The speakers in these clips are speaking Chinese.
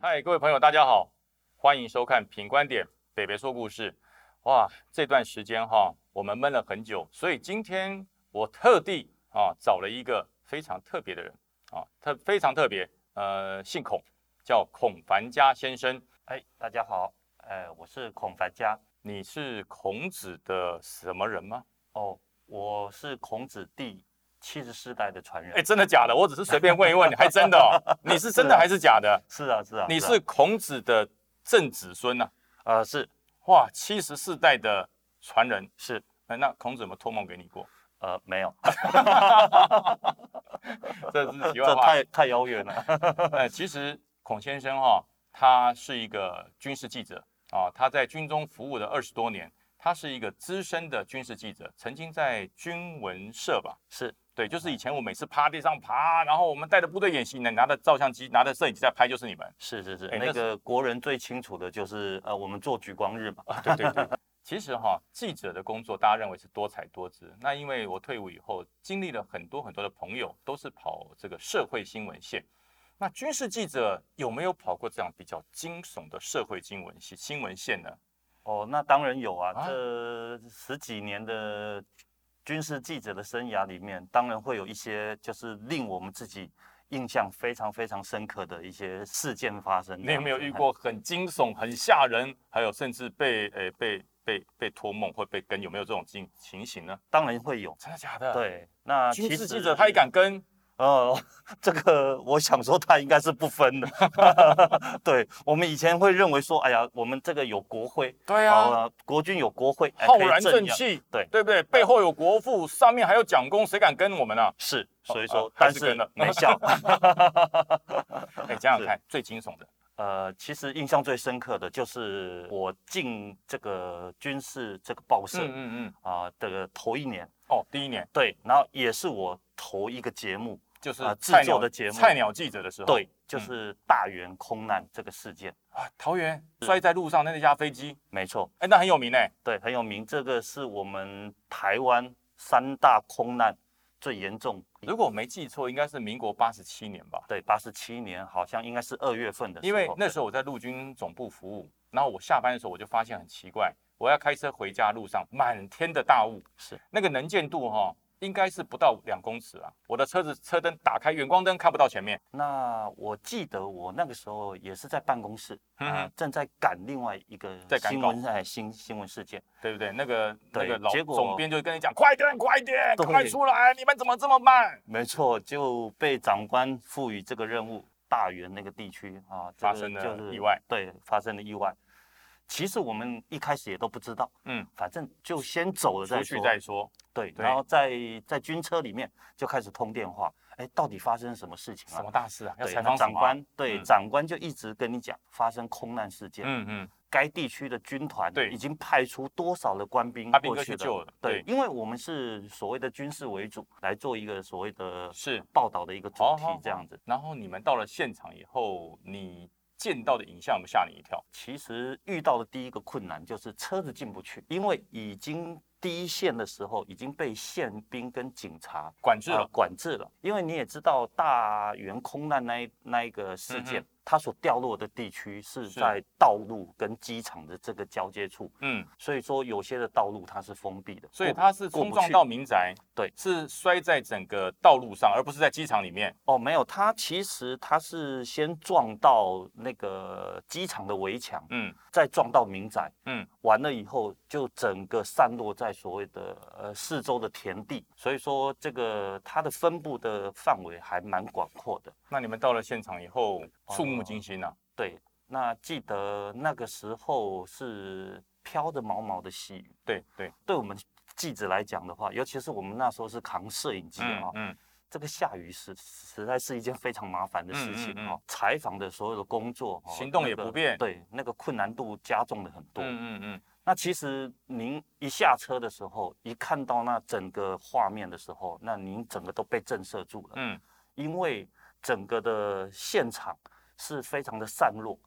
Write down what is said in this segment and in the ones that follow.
嗨，各位朋友，大家好，欢迎收看《品观点》，北北说故事。哇，这段时间哈，我们闷了很久，所以今天我特地啊找了一个非常特别的人啊，特非常特别，呃，姓孔，叫孔繁家先生。哎，大家好，呃，我是孔繁家，你是孔子的什么人吗？哦，我是孔子第七十四代的传人。哎，真的假的？我只是随便问一 问，还真的哦？你是真的还是假的？是 啊，是啊，你啊是孔子的正子孙呐、啊呃，是哇，七十四代的传人。是哎，那孔子有没有托梦给你过？呃，没 有，这是题外 这话。太太遥远了。 呃，啊其实孔先生哈、他是一个军事记者啊，他在军中服务了二十多年，他是一个资深的军事记者，曾经在军文社吧，是对，就是以前我每次趴地上爬，然后我们带着部队演习，你拿着照相机、拿着摄影机在拍，就是你们。是是是，哎那那是个国人最清楚的就是呃，我们做举光日嘛。对对对。其实哈、记者的工作大家认为是多才多姿。那因为我退伍以后，经历了很多很多的朋友，都是跑这个社会新闻线。那军事记者有没有跑过这样比较惊悚的社会新闻线新闻线呢？哦，那当然有啊，啊这十几年的军事记者的生涯里面，当然会有一些就是令我们自己印象非常非常深刻的一些事件发生。你有没有遇？过很惊悚、很吓人，还有甚至被诶、被被被托梦或被跟？有没有这种情情形呢？当然会有。真的假的？，对，那军其事记实者他也敢跟，哦， 这个我想说他应该是不分的。 对，我们以前会认为说，哎呀，我们这个有国徽，对好啊，了，国军有国徽，哎浩可以然正扬气，对对不对？背后有国父，上面还有蒋公，谁敢跟我们啊？是，所以哦说啊，还但是跟是了 没效。哎，想想看，最惊悚的，呃，其实印象最深刻的就是我进这个军事这个报社嗯嗯嗯，啊这个头一年，哦，第一年对，然后也是我头一个节目，就是啊制菜作鸟的节目菜鸟记者的时候，对，就是大员空难这个事件，啊，桃园摔在路上的那架飞机，没错。哎，那很有名哎，对，很有名。这个是我们台湾三大空难最严重，如果我没记错，应该是民国八十七年吧。对，八十七年好像应该是二月份的时候，因为那时候候我在陆军总部服务，然后我下班的时候我就发现很奇怪，我要开车回家路上满天的大雾，是那个能见度哈、应该是不到两公尺啊。我的车子车灯打开，远光灯看不到前面。那我记得我那个时候也是在办公室嗯啊、哼正在赶另外一个在赶新稿闻哎新新闻事件，对不对？那个那对个老结果总编就跟你讲，快点，快点，对快出来！你们怎么这么慢？没错，就被长官赋予这个任务，大员那个地区啊、这发个生了就是意外，对，发生了意外。其实我们一开始也都不知道，嗯，反正就先走了再出说。去再说。对，对然后在在军车里面就开始通电话，哎，到底发生什么事情什啊么？大事啊？要对，采那访什长么啊？官，对，嗯长官就一直跟你讲发生空难事件，嗯嗯，该地区的军团对已经派出多少的官兵阿兵过哥去去了救了对，对因为我们是所谓的军事为主来做一个所谓的是报道的一个主好题好好这样子。然后你们到了现场以后，你见到的影像有没有吓你一跳？其实遇到的第一个困难就是车子进不去，因为已经第一线的时候已经被宪兵跟警察管制啊了，管制了，因为你也知道大员空难那一那一个事件，嗯它所掉落的地区是是在道路跟机场的这个交接处，嗯。所以说有些的道路它是封闭的，所以过他是过冲不撞去到民宅，对，是摔在整个道路上，而不是在机场里面。哦没有，它其实它是先撞到那个机场的围墙，嗯再撞到民宅，嗯，完了以后就整个散落在所谓的呃四周的田地，所以说这个它的分布的范围还蛮广阔的。那你们到了现场以后，触哦目惊心啊！对，那记得那个时候是飘着毛毛的细雨，对对，对我们记者来讲的话，尤其是我们那时候是扛摄影机啊、嗯嗯，这个下雨是实在是一件非常麻烦的事情嗯嗯啊、嗯采访的所有的工作、哦，行动也那个不便对，那个困难度加重了很多。嗯嗯嗯，那其实您一下车的时候，一看到那整个画面的时候，那您整个都被震慑住了。嗯，因为整个的现场是非常的散落。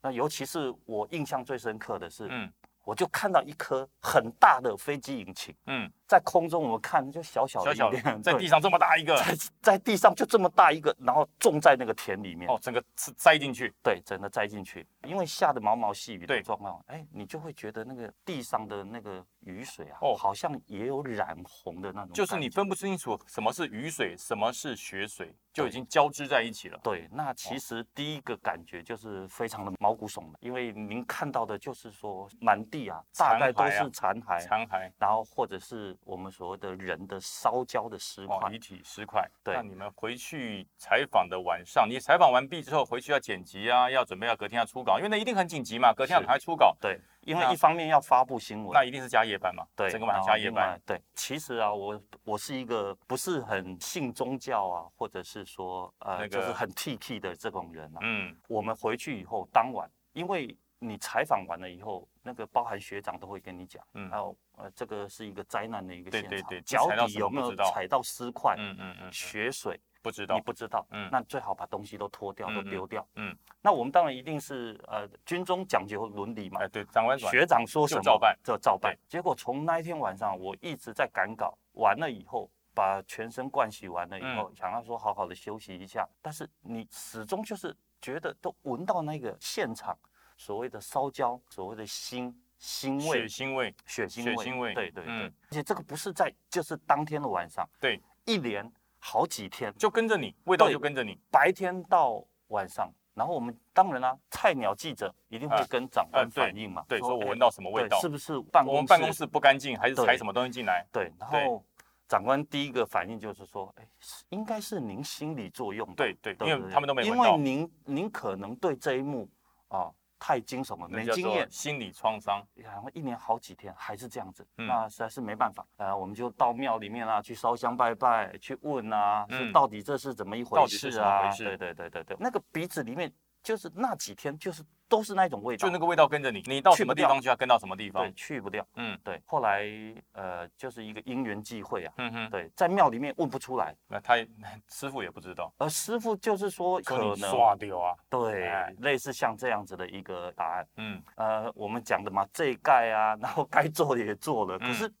那尤其是我印象最深刻的是，嗯我就看到一颗很大的飞机引擎嗯，在空中我们看就小小的小一小点， 的，在嗯对地上这么大一个，在在地上就这么大一个，然后种在那个田里面，哦，整个刺塞进去，对，整个栽进去，因为下的毛毛细雨的对状况，哎，你就会觉得那个地上的那个雨水啊，哦好像也有染红的那种感觉，就是你分不清楚什么是雨水，什么是雪水，就已经交织在一起了。对，那哦其实第一个感觉就是非常的毛骨悚然，因为您看到的就是说满地啊，大残概都骸啊是残骸，残骸然后或者是我们所谓的人的烧焦的尸哦，块遗，体尸块。对那你们回去采访的晚上，你采访完毕之后回去要剪辑啊，要准备要隔天要出稿，因为那一定很紧急嘛，隔天要是赶快出稿，对，因为那一方面要发布新闻，那一定是加夜班嘛，对，整个晚然上后加夜另班外。。对，其实啊，我我是一个不是很信宗教啊，或者是说呃，那就是个很 T K 的这种人啊。嗯，我们回去以后，当晚，因为你采访完了以后，那个包含学长都会跟你讲，嗯还有呃，这个是一个灾难的一个对现对场，对脚踩到底什有么没不有知道踩到尸块、嗯嗯嗯，嗯血水，不知哎你道。不知道，嗯那最好把东西都脱掉，都嗯嗯丢掉，嗯那我们当然一定是呃，军中讲究伦理嘛哎，，对，长官管。学长说什么就照办就照办。结果从那一天晚上，我一直在赶稿，完了以后把全身灌洗完了以嗯后，想要说好好的休息一下，但是你始终就是觉得都闻到那个现场所谓的烧焦，所谓的腥腥血味、腥味，血腥血味，腥味对对对，嗯而且这个不是在就是当天的晚上，对，一连好几天，就跟着你，味道对就跟着你。白天到晚上。然后我们当然啦、菜鸟记者一定会啊跟长呃官对反映嘛，对，说我哎闻到什么味对，道是？不是办我公们室？办公室不干净，还是对采什么东西进来？对，然对后长官第一个反应就是说，哎，是应该是您心理作用吧。对对，因对为他们都没因闻为到，您您可能对这一幕啊太惊悚了，那没叫经做验，心理创伤。然后一年好几天还是这样子，嗯那实在是没办法。呃，我们就到庙里面啊，去烧香拜拜，去问啊，嗯是到底这是怎么一回到底是事怎么啊？回事对对对对对，那个鼻子里面就是那几天就是都是那种味道，就那个味道跟着你，你到去什不么地掉方去，要跟到什么地对方。去不掉。嗯对，后来呃就是一个因缘际会啊，嗯哼，对，在庙里面问不出来。那他也 师傅也不知道，而师傅就是说可说你能刷掉啊。对哎类似像这样子的一个答案，嗯，呃，我们讲的嘛，这一盖啊，然后该做的也做了，可嗯是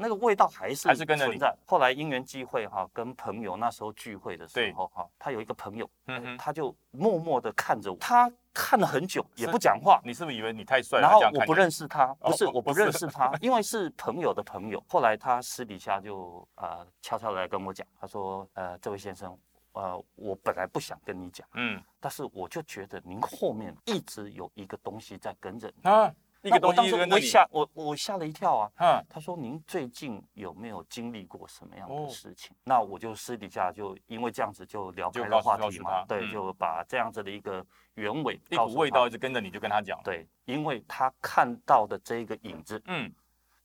那个味道还是还是跟着你存在。后来因缘际会哈、跟朋友那时候聚会的时对候哈、他有一个朋友，嗯呃哼他就默默的看着我，他看了很久也是不讲话。你是不是以为你太帅了？然后这样我看不你认识他，不是哦我不不是认识他，因为是朋友的朋友。后来他私底下就呃悄悄地来跟我讲，他说呃这位先生，呃我本来不想跟你讲，嗯但是我就觉得您后面一直有一个东西在跟着你。啊，一个那我东当西时跟我着一你。吓我我吓了一跳啊。嗯，他说：“您最近有没有经历过什么样的哦事情？”那我就私底下就因为这样子就聊就开了告诉话告题诉嘛，他对，嗯就把这样子的一个原委一告股诉味他道一直跟着你，就跟他讲。对，因为他看到的这个影子嗯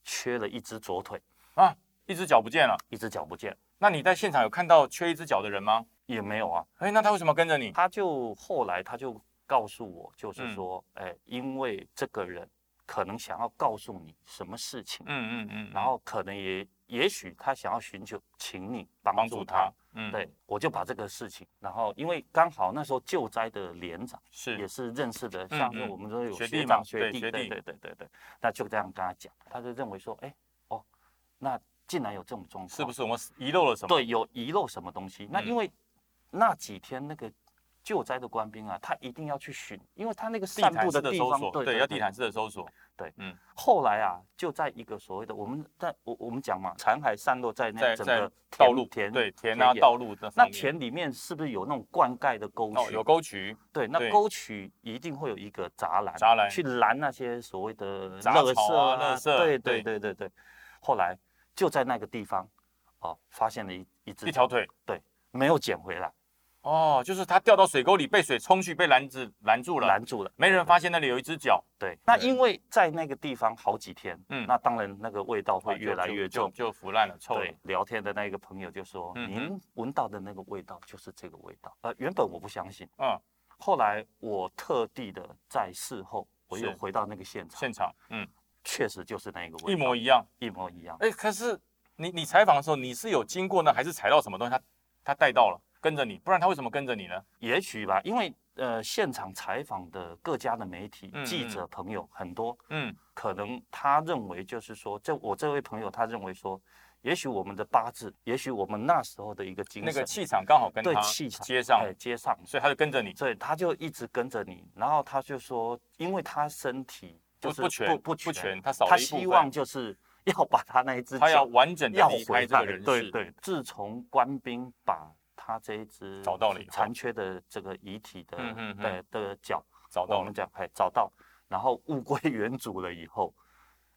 缺了一只左腿，啊，一只脚不见了。一只脚不见，那你在现场有看到缺一只脚的人吗？也没有啊。哎，那他为什么跟着你？他就后来他就告诉我，就是嗯说，哎、因为这个人可能想要告诉你什么事情，嗯嗯嗯，然后可能也也许他想要寻求，请你帮帮助助他他。。嗯，，对，我就把这个事情，然后因为刚好那时候救灾的连长。是也是认识的，嗯像是嗯我们都有学学弟嘛长学对弟，对学对弟对对对，那就这样跟他讲，他就认为说，哎，哦，那竟然有这种状况，是不嗯是？是我们遗漏了什么？对，有遗漏什么东西？那因为那几天那个救灾的官兵啊，他一定要去巡，因为他那个地散毯步式的地搜方，索，对，要地毯。式的搜索。后来啊，就在一个所谓的我们在我我们讲嘛，残骸散落在那在整在个道田路田对田啊野道路的那田里面是不是有那种灌溉的沟哦渠？有沟渠，对，那对沟渠一定会有一个栅栏，栅栏去拦那些所谓的杂垃圾草啊垃圾对对对对对对。后来就在那个地方，哦，发现了一一只一条脚腿。没有捡回来，哦，就是他掉到水沟里，被水冲去，被篮子拦住了，拦住了，没人发现那里有一只脚，对。那对因为在那个地方好几天，嗯嗯，那当然那个味道会啊就越来就越就重。就腐烂了，臭了对。，聊天的那个朋友就说：“嗯哼您闻到的那个味道就是这个味道。”呃，原本我不相信，嗯，后来我特地的在事后，我又是回到那个现场，现场，嗯，确实就是那个味道，一模一样。一模一样。哎，可是你你采访的时候，你是有经过呢，还是踩到什么东西？他他带到了，跟着你，不然他为什么跟着你呢？也许吧，因为呃现场采访的各家的媒体嗯记者朋友很多，嗯可能他认为就是说，这我这位朋友他认为说，也许我们的八字，也许我们那时候的一个精那个神，气场刚好跟对他气场接上，哎接上，所以他就跟着你。所以他就一直跟着你，然后他就说，因为他身体不就是不全不不不全，全，他少他了一部希分，望就是要把他那一只他要脚完整的要离回开这来。个人世。对对，自从官兵把他这一只找到了以后残缺的这个遗体的嗯嗯嗯的的脚，找我到了们。讲哎找到，然后物归 原主了以后，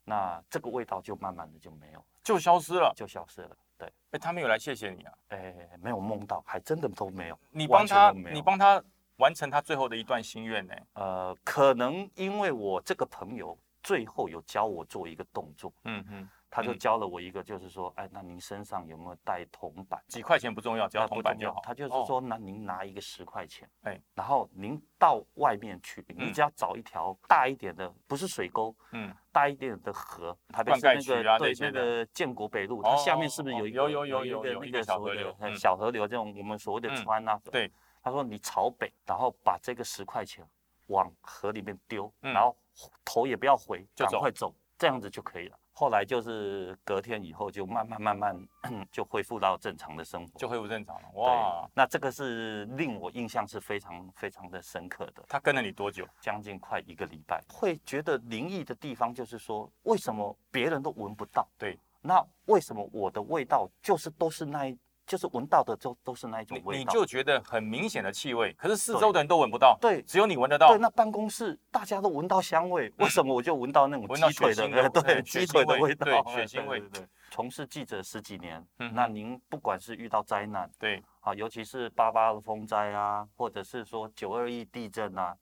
那这个味道就慢慢的就没有了，就消失了。就消失了。对，哎，他没有来谢谢你啊，哎，没有梦到，还真的都没有。你帮完全他，都没有你帮他完成他最后的一段心愿呢、呃，可能因为我这个朋友最后有教我做一个动作，嗯嗯，他就嗯教了我一个，就是说，哎，那您身上有没有带铜板？几块钱不重要，只要那铜不板重就要好。他就是哦，说，那您拿一个十块钱，哎然后您到外面去，嗯你只要找一条大一点的，不是水沟，嗯，大一点的河，台北灌溉是那区啊个对这些那的个建国北路，它下面哦是不是哦有一个有有有有一有个一那个个小所河谓的流呃嗯小河流这种我们所谓的嗯川啊？对，他说你朝北，然后把这个十块钱往河里面丢，嗯然后头也不要回，就赶走快走，这样子就可以了。后来就是隔天以后就慢慢慢慢 就恢复到正常的生活。就恢复正常了。对哇，，那这个是令我印象是非常非常的深刻的，他跟了你多久？将近快一个礼拜。会觉得灵异的地方就是说，为什么别人都闻不到？对，那为什么我的味道就是都是那一，就是闻到的就都是那一种你味你道？就觉得很明显的气味，可是四周的人都闻不到，对只有你闻得到对，。那办公室大家都闻到香味，为什么我就闻到那种闻到鸡腿血的腥的呃呃对血鸡腥腿的味味道，对哎血腥味对对对从事记者十几年，嗯哼那您不管是遇到灾难对，啊，尤其是八八的风灾啊，或者是说九二一地震啊，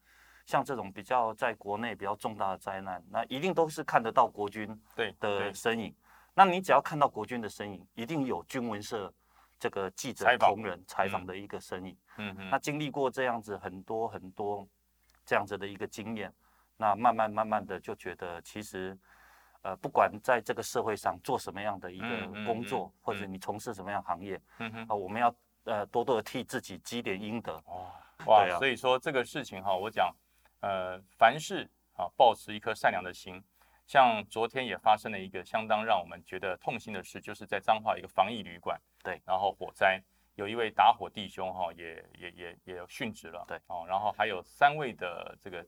像这种比较在国内比较重大的灾难，那一定都是看得到国军对对的，身影。那你只要看到国军的身影，一定有军文社这个记采者访同仁采嗯访的一个身影。嗯嗯那，经历过这样子很多很多这样子的一个经验，那慢慢慢慢的就觉得，其实呃，不管在这个社会上做什么样的一个嗯嗯工嗯作，或者嗯你从事什么样的行业嗯哼啊、。我们要呃多多的替自己积点阴德。哇哇，对啊所以说这个事情哈，我讲，呃，凡事啊，保持一颗善良的心。像昨天也发生了一个相当让我们觉得痛心的事，就是在彰化一个防疫旅馆，对，然后火灾，有一位打火弟兄哈、也也也也有殉职了，对，哦，然后还有三位的这个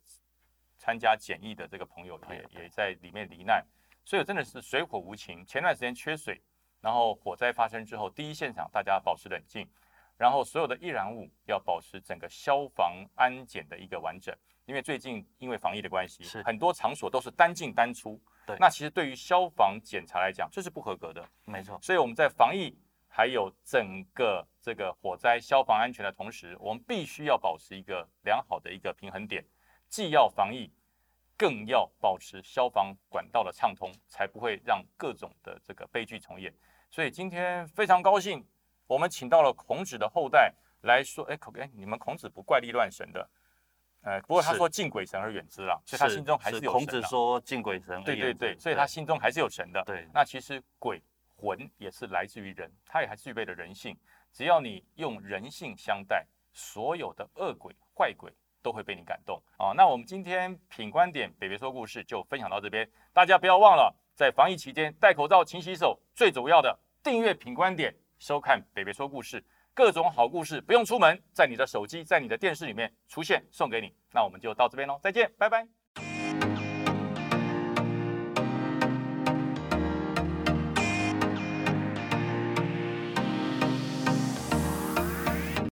参加检疫的这个朋友朋友也也在里面罹难，所以真的是水火无情。前段时间缺水，然后火灾发生之后，第一现场大家保持冷静，然后所有的易燃物要保持整个消防安检的一个完整，因为最近因为防疫的关系，是很多场所都是单进单出。对那其实对于消防检查来讲，这是不合格的。没错，所以我们在防疫还有整个这个火灾消防安全的同时，我们必须要保持一个良好的一个平衡点，既要防疫，更要保持消防管道的畅通，才不会让各种的这个悲剧重演。所以今天非常高兴，我们请到了孔子的后代来说，哎，孔哎，你们孔子不怪力乱神的。呃，不过他是说敬鬼神而远之啦，所以他是心中还是是有神、啊。孔子说敬鬼神而对对远之，对，所以他心中还是有神的。对那其实鬼魂也是来自于人，它也还具备了人性。只要你用人性相待，所有的恶鬼、坏鬼都会被你感动啊。那我们今天品观点北北说故事就分享到这边，大家不要忘了，在防疫期间戴口罩、勤洗手，最主要的订阅品观点，收看北北说故事。各种好故事不用出门，在你的手机、在你的电视里面出现，送给你。那我们就到这边喽，再见，拜拜。